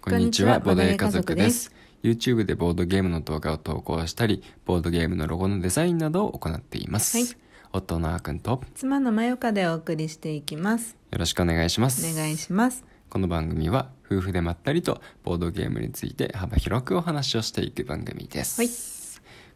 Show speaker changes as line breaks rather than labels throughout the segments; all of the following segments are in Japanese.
こんにちは、ボードゲー家族です。YouTube でボードゲームの動画を投稿したり、ボードゲームのロゴのデザインなどを行っています。
はい
夫のあーくんと、よ
妻のまよかでお送りしていきます。
ろしくお願いしま
お
す。
願いします。
この番組は、夫婦でまったりとボードゲームについて幅広くお話をしていく番組です。
はい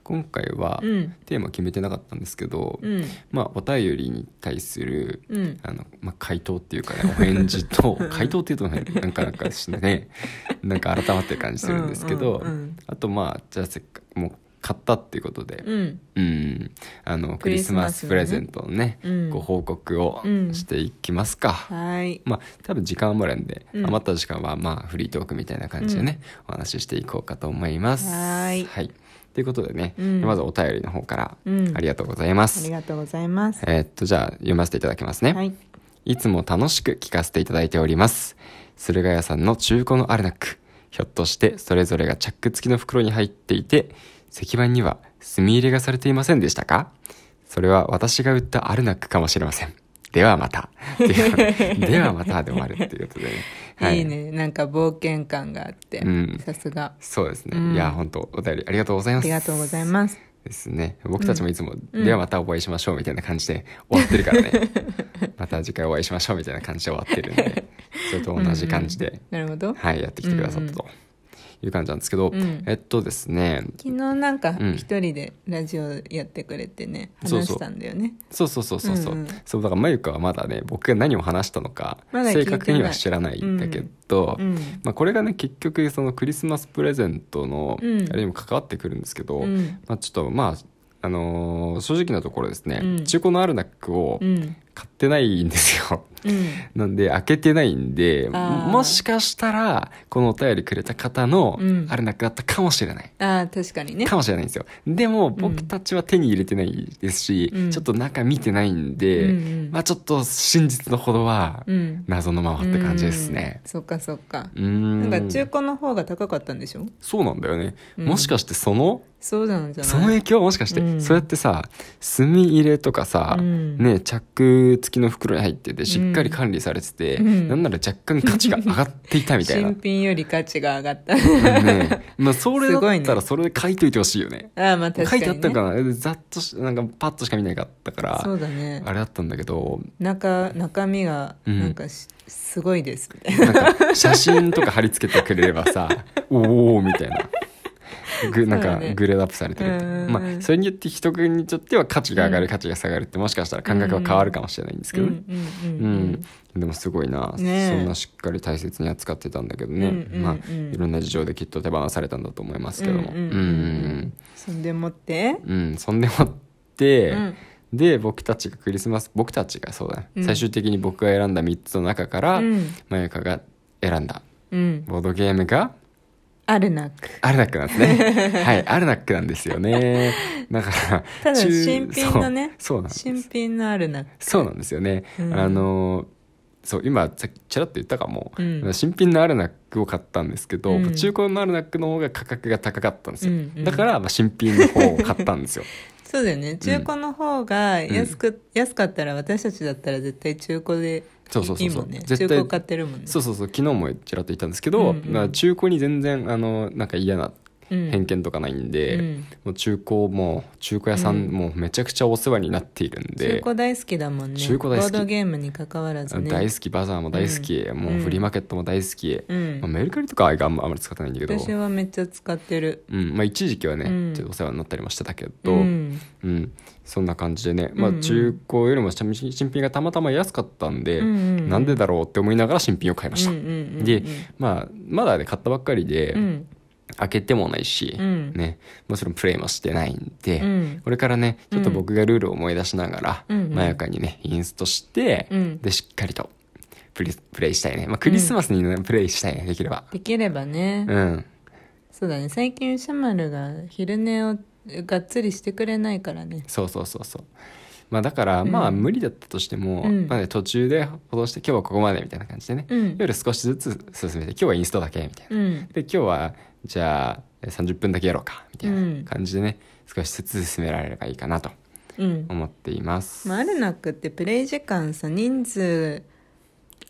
今回は、
うん
テーマ決めてなかったんですけど、
うん
まあ、お便りに対する、
うん
あの、まあ、回答っていうかね、お返事 と、回答っていうとね、なんかなんかしてね、 なんか改まってる感じするんですけど、
うんうんうん
あとまあ、じゃあせっかく、もう、買ったっていうことで、
うん
うん、あの、ク
ク
リ
リ
ス
ス
マ
マ
ス
ス
プ
のね
レゼントのね、
うん
ご報告を
うん
していきますか。
はい
まあ、多分時間はもらうんで、
うん
余った時間はまあフリートークみたいな感じでね、お話ししていこうかと思います。
はーい
ということでね、
うん
まずお便りの方から
うん
ありがとうございま
あ
す。
りがとうございます。
えーっと、じゃあ読ませていただきますね。、
はいい
つも楽しく聞かせていただいております。駿河屋さんの中古のアルナック。ひょっとしてそれぞれがチャック付きの袋に入っていて、石板には墨入れがされていませんでしたかそれは私が売ったアルナックかもしれません。ではまた。って
、
いうではまたでもあるっていうことでね。はい
いねなんか冒険感があって
うん
さすが
そうですね。
うん
いや、本当お便りありがとうござい
あ
ます。
りがとうございます
ですね僕たちもいつも、
うん
ではまたお会いしましょうみたいな感じで終わってるからね また次回お会いしましょうみたいな感じで終わってるん でそれと同じ感じで、
なるほど
はいやってきてくださったという感じなんですけど、
うん
えっとですね
昨日なんか
うん
一人でラジオやってくれてね
そう
話
そう
したんだよね
そうそうそうそうそう,、
うんうん
そうだからまゆかはまだね僕が何を話したのか、
まだ聞いてな
正
い
確には知らないんだけど、
うん
まあ、これがね結局そのクリスマスプレゼントの
うん
あれにも関わってくるんですけど、
うん
まあ、ちょっとまああのー正直なところですね、
うん
中古のあるナックを
うん
買ってないんですよ。
うん
なんで、開けてないんで、
あー
もしかしたら、このお便りくれた方の
うん、
あれなくなったかもしれない。
ああ確かにね
かもしれないんですよ。でも、僕たちは手に入れてないですし、
うん
ちょっと中見てないんで、
うんうん
まあちょっと真実のほどは、
うん
謎のままって感じですね
うん。そっかそっか
うーん。
なんか中古の方が高かったんでしょ
そうなんだよね。
うん
もしかしてその、
そうなんじゃない
その影響はもしかして、
うん
そうやってさ墨入れとかさ、
うん
ねチャック付きの袋に入っててしっかり管理されてて、
うん
なんなら若干価値が上がっていたみた いな。
新品より価値が上がっ た
ね、まあそれだ
すご
っ
い
たら
ね
それで書いといてほしいよね。
ああまあ確か
書い
に、ね、
てあったかなざっとしなんかパッとしか見なかったから、
そうだね
あれだったんだけど
中中身が
うん
なんかし、すごいですみたいな
なんか写真とか貼り付けてくれれば さおおみたいな。ぐなん
そう
か
だね
グレードアップされてるって、
うんうんうん
まあ、それによって人にとっては価値が上がる、価値が下がるってもしかしたら感覚は変わるかもしれないんですけどね、
うん
う
うん
ん、でもすごいな、
ねえ
そんなしっかり大切に扱ってたんだけどね、
うんうんうん
まあ、いろんな事情できっと手放されたんだと思いますけども、う
う
んん
うんうんそんでもって、
うんそんでもって、
うん
で僕たちがクリスマス僕たちがそうだね、
うん
最終的に僕が選んだ3つの中から、
うん
まゆかが選んだ
うん、
ボードゲームが
あるなく
アルナックなんです ねはいアルナックなんですよねだから
ただ
中
新品のね
そうそうなんです
新品のあるなく
そうなんですよね、
うん
あのそう今さっきちらっと言ったかも、
うん
新品のアルナックを買ったんですけど、
うん
中古のアルナックの方が価格が高かったんですよ、
うんうん
だからまあ新品の方を買ったんですよ
そうだよね中古の方が安く、安かったら私たちだったら絶対中古で
そうそうそうそう
いいもんね
絶対
中古買ってるもんね
そうそうそう昨日もちらっと言ったんですけど、
うんうん
まあ、中古に全然あのなんか嫌な
うん
偏見とかないんで、
うん
もう中古も中古屋さんもめちゃくちゃお世話になっているん
中
で、
古大好きだもんね
中古大好き
ボードゲームに関わらずね
大好きバザーも大好き、
うん
もうフリーマーケットも大好き、
うん
まあ、メルカリとかはあんまあんまり使ってないんだけど
私はめっちゃ使ってる
うんまあ、一時期はね、
うん
ちょっとお世話になったりもしてたけど、う
うんん
そんな感じでね、ま
う
あ、
んうん
中古よりも新新品がたまたま安かったんで、
うんうんうん
なんでだろうって思いながら新品を買いました、
うんうんうんうん
で、まあ、まだね買ったばっかりで、
うん
開けてもないし、
うん
ね、もちろんプレイもしてないんで、
うん
これからねちょっと僕がルールを思い出しながら、
うんうん
まやかにねインストして、
うん
でしっかりとプレプレイしたいね、まあ、クリスマスに、ねプレイしたいねできれば。
できればね、
うん
そうだね最近シャマルが昼寝をがっつりしてくれないからね
そうそうそうそうまあだから
うん
まあ無理だったとしても、
うん
まあね、途中で保存して今日はここまでみたいな感じでね、
うん
夜少しずつ進めて今日はインストだけみたいな、
うん
で今日はじゃあ30分だけやろうかみたい
うん
な感じでね、少しずつ進められればいいかなと
うん、
思っています、
まあ、アルナックってプレイ時間さ人数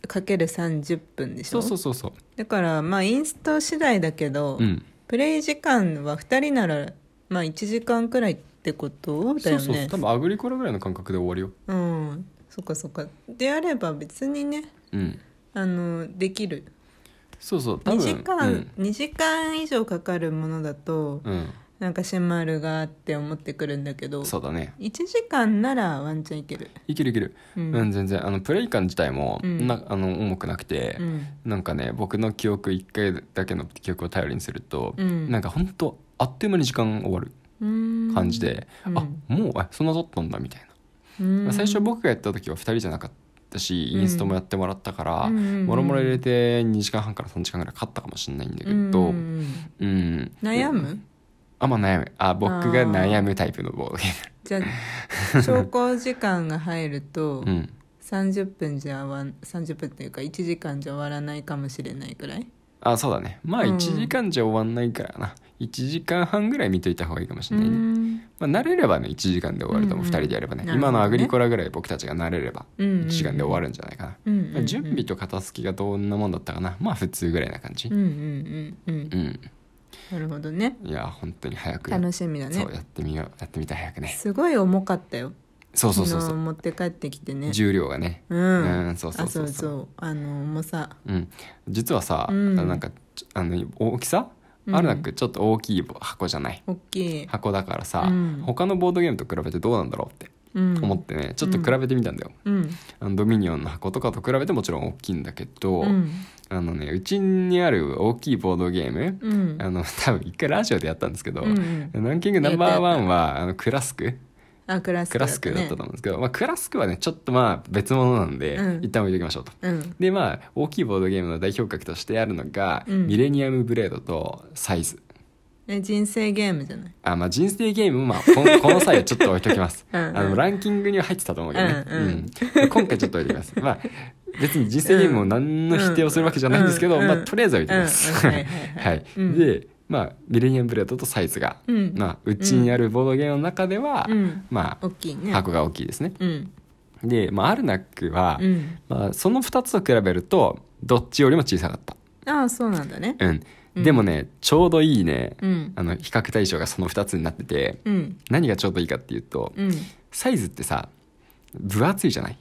かける30分でし
そ
ょ
うそうそうそう
だからまあインスト次第だけど、
うん
プレイ時間は2人ならまあ1時間くらいってことだ
そ
よ
う
ね
そうそう多分アグリコラぐらいの感覚で終わるよ
うんそっかそっかであれば別にね
うん
あのできる
そうそう多
2
分
時間、二時間以上かかるものだと、
うん、
なんか閉まるがあって思ってくるんだけ
う
ど
ん、そうだね
1時間ならワンチャンいける
いけるいける
う
うんん、全然あのプレイ感自体も、
うん
なあの重くなくて
う、ん
なんかね僕の記憶1回だけの記憶を頼りにすると、
うん
なんかほんとあっという間に時間終わる
うーん
感じで、
うん
あもうあそんな経ったんだみたいな、
うん
最初僕がやった時は2人じゃなかったしインストもやってもらったから、
うんうんうんうん
もろもろ入れて2時間半から3時間ぐらいかかったかもしれないんだけど、
うんうん
うん
悩む
あまあ悩むあ僕が悩むタイプのボードゲ
じゃ あ昇降時間が入ると
ーム、うん、
30分じゃわん30分っていうか1時間じゃ終わらないかもしれないぐらい
あそうだねまあ
うん
1時間じゃ終わんないからな1時間半ぐらい見といた方がいいかもしれ
う
ないね、
ん
まあ、慣れればね1時間で終わるとも
うん
2
うん
人でやればね、
なるほ
今
どね
のアグリコラぐらい僕たちが慣れれば
うん
1時間で終わるんじゃないかな、
うんうん
まあ準備と片付けがどんなもんだったかなまあ普通ぐらいな感じ
うんうんうんうん
うん、
なるほどね
いや本当に早くや
楽しみだね
そうやってみようやってみたい早くね
すごい重かったよ
そうそうそう
昨
そ
日
う、
持って帰ってきてね
重量がね
うん
うんそうそうそうそう
あそうそうあの重さ
うん実はさ、
うん
なんかちょあの大きさ、
うん
あるなくちょっと大きい箱じゃない
大きい、
箱だからさ、
うん
他のボードゲームと比べてどうなんだろうって
うん、
思ってね、ちょっと比べてみたんだよ、
うん
あのドミニオンの箱とかと比べてもちろん大きいんだけど、
うん
あのねうちにある大きいボードゲーム、
うん
あの 多分一回ラジオでやったんですけど、
うん
ランキングナンバーワンはあのクラスク
あクラス
クラスクだったと
ね
思うんですけど、まあ、クラスクはねちょっとまあ別物なんで、
うん
一旦置いときましょうと。
うん
でまあ大きいボードゲームの代表格としてあるのが、
うん
ミレニアムブレードとサイズ
え人生ゲームじゃない
あまあ人生ゲームもまあこ のこの際はちょっと置いときます
うんうん
あのランキングには入ってたと思うけどね、
うんうん
うん今回ちょっと置いときますまあ別に人生ゲームを何の否定をするわけじゃないんですけど、
うんうん
まあとりあえず置いときます、
うんうんはいはいはい
はい
うん
でまあミレニアムブレードとサイズが、
うん
まあ、うちにあるボードゲームの中では、
うん
まあ
大きいね
箱が大きいですね、
うん
で、まあ、アルナックは、
うん
まあ、その2つと比べるとどっちよりも小さかった
ああそうなんだね
うん、
うん
でもねちょうどいいね、
うん
あの比較対象がその2つになってて
うん
何がちょうどいいかっていうと、
うん
サイズってさ分厚いじゃない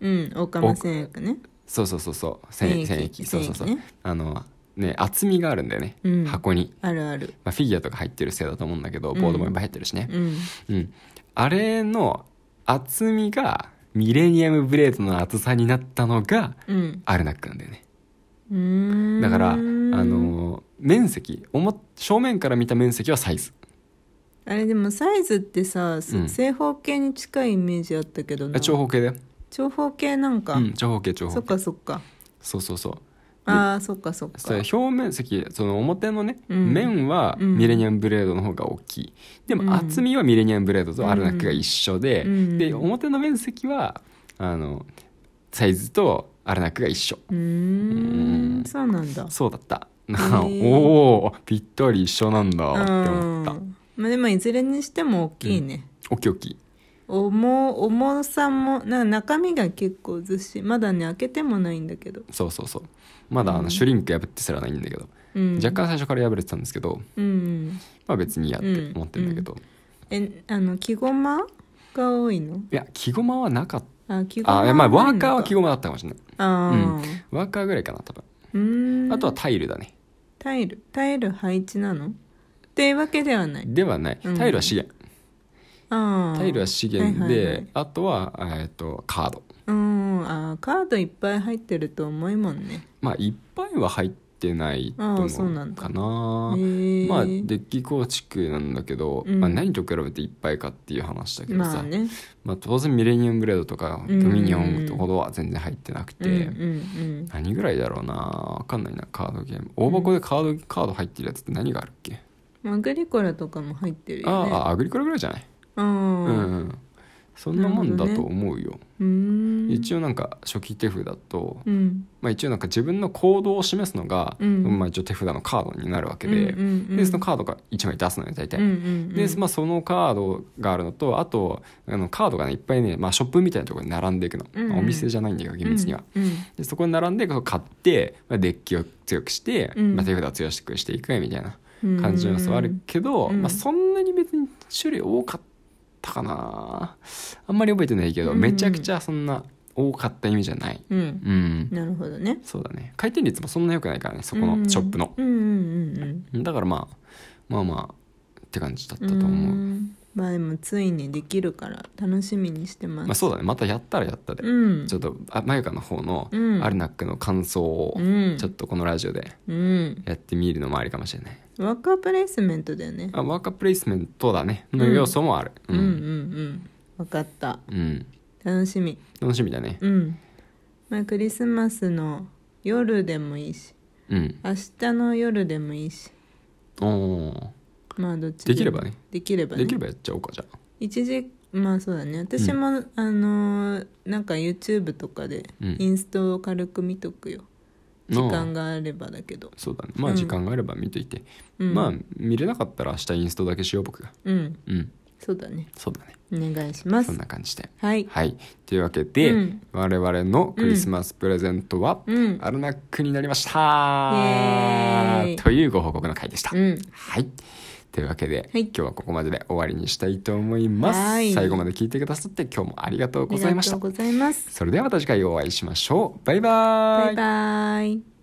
うんオオカマ戦役ね
そうそうそうそう繊維
繊維
繊維そうそうそう、
繊維ね
あのね厚みがあるんだよね、
うん
箱に、
あるある
まあ、フィギュアとか入ってるせいだと思うんだけどボードもいっぱい入ってるしね
うん
うん、あれの厚みがミレニアムブレードの厚さになったのが
うん
アルナックなんだよね
うーん
だからあの面積おも正面から見た面積はサイズ
あれでもサイズってさ、す
うん
正方形に近いイメージあったけどな
あ長方形だよ
長方形なんか、
うん、長方形長
そ
方
っ
形
かそっか
そうそうそう
ああそっかそっか
それ表面積その表のね、
うん
面は
うん
ミレニアムブレードの方が大きいで
うん
も厚みはミレニアムブレードとアルナックが一緒で、
うん
で表の面積はあのサイズとアルナックが一緒
うー
うんん
そうなんだ
そうだった、
ー
おおぴったり一緒なんだって思った、
うんまあでもいずれにしても大きいね、
おきおき
重重さもな中身が結構ずっしりまだね開けてもないんだけど、
そうそうそうまだあ
うん
のシュリンク破ってすらないんだけど、
うん、
若干最初から破れてたんですけど
うん
まあ別にいいやって思ってるんだけど、い
えあの木駒が多いの
や木駒はなかった
あ木駒
あいやまあワーカーは記
駒
号だったかもしれない
ああ
ワーカーぐらいかな多分
うん
あとはタイルだね
タイルタイル配置なのっていうわけではない
ではない
うん
タイルは資源
ああ
タイルは資源
はいはいは
で
い
あとはえーっとカード
うんああカードいっぱい入ってると思いもんね
まあいっぱいは入ってないと
あーそうな
思
ん
う
だ
かな
へー
まあデッキ構築なんだけど
うん
まあ何と比べていっぱいかっていう話だけど
まあ
さ
ね
まあ当然ミレニアムブレードとか
うん
ドミニオンほどは全然入ってなく
うんう
て
ん
何ぐらいだろうなわかんないなカードゲーム大箱でカードカード入ってるやつって何があるっけ
うんアグリコラとかも入ってるよね
あーあアグリコラぐらいじゃない
うん
うんそんなもんだと思うよ、
うーん
一
応
応なんか初期手札と、
うん
まあ、一応なんか自分の行動を示すのが、
うん
まあ、一応手札のカードになるわけ
う
で、
んうんうん
でそのカードが1枚出すのよ大体。
うんうんうん
でまあ、そのカードがあるのとあとあのカードがねいっぱいね、まあ、ショップみたいなところに並んでいくの、
うんうん
まあお店じゃないんだけど厳密には、
うん
でそこに並んでこう買って、まあ、デッキを強くして、
うん
まあ、手札を強くしていくみたいな
うん
感じの要素はあるけど、
うん
まあ、そんなに別に種類多かったかなあんまり覚えてないけど、
うん
めちゃくちゃそんな多かった意味じゃない
うん
うん
なるほどね
そうだね回転率もそんな良くないからねそこ
うん
のショップの、
うんうんうんうん
だからまあまあまあって感じだった
だ
と思う、
まあでもついにできるから楽しみにしてます、
まあ、そうだねまたやったらやったで、
うん
ちょっとあまゆかの方の
うん
アルナックの感想を
うん
ちょっとこのラジオで
うん
やってみるのもありかもしれない、
ワーカープレイスメントだよね
あワーカープレイスメントだねの要素もある
うんうんうん分かった
うん、うん
楽しみ
楽しみだね
うんまあクリスマスの夜でもいいし
うん
明日の夜でもいいし
おお
まあどっち
できればね
できればね
できればやっちゃおうかじゃあ
一時まあそうだね私も、あのーなんか YouTube とかで
うん
インストを軽く見とくよ、時間があればだけど
そうだねまあ
うん
時間があれば見といて、
うん
まあ見れなかったら明日インストだけしよう僕が
うん
うん
そうだね
そうだね
お願いしま
そ
す
んな感じで
はい
はいというわけで、
うん
我々のクリスマスプレゼントは、
うん
アルナックになりました
イエーイ
というご報告の回でした、
うん
はいというわけで、
はい
今日はここまでで終わりにしたいと思います、
はい
最後まで聞いてくださって今日もありがとう
あ
ご
り
ざいま
が
し
と
た
うございます
それではまた次回お会いしましょうバイバーイ
バイバイ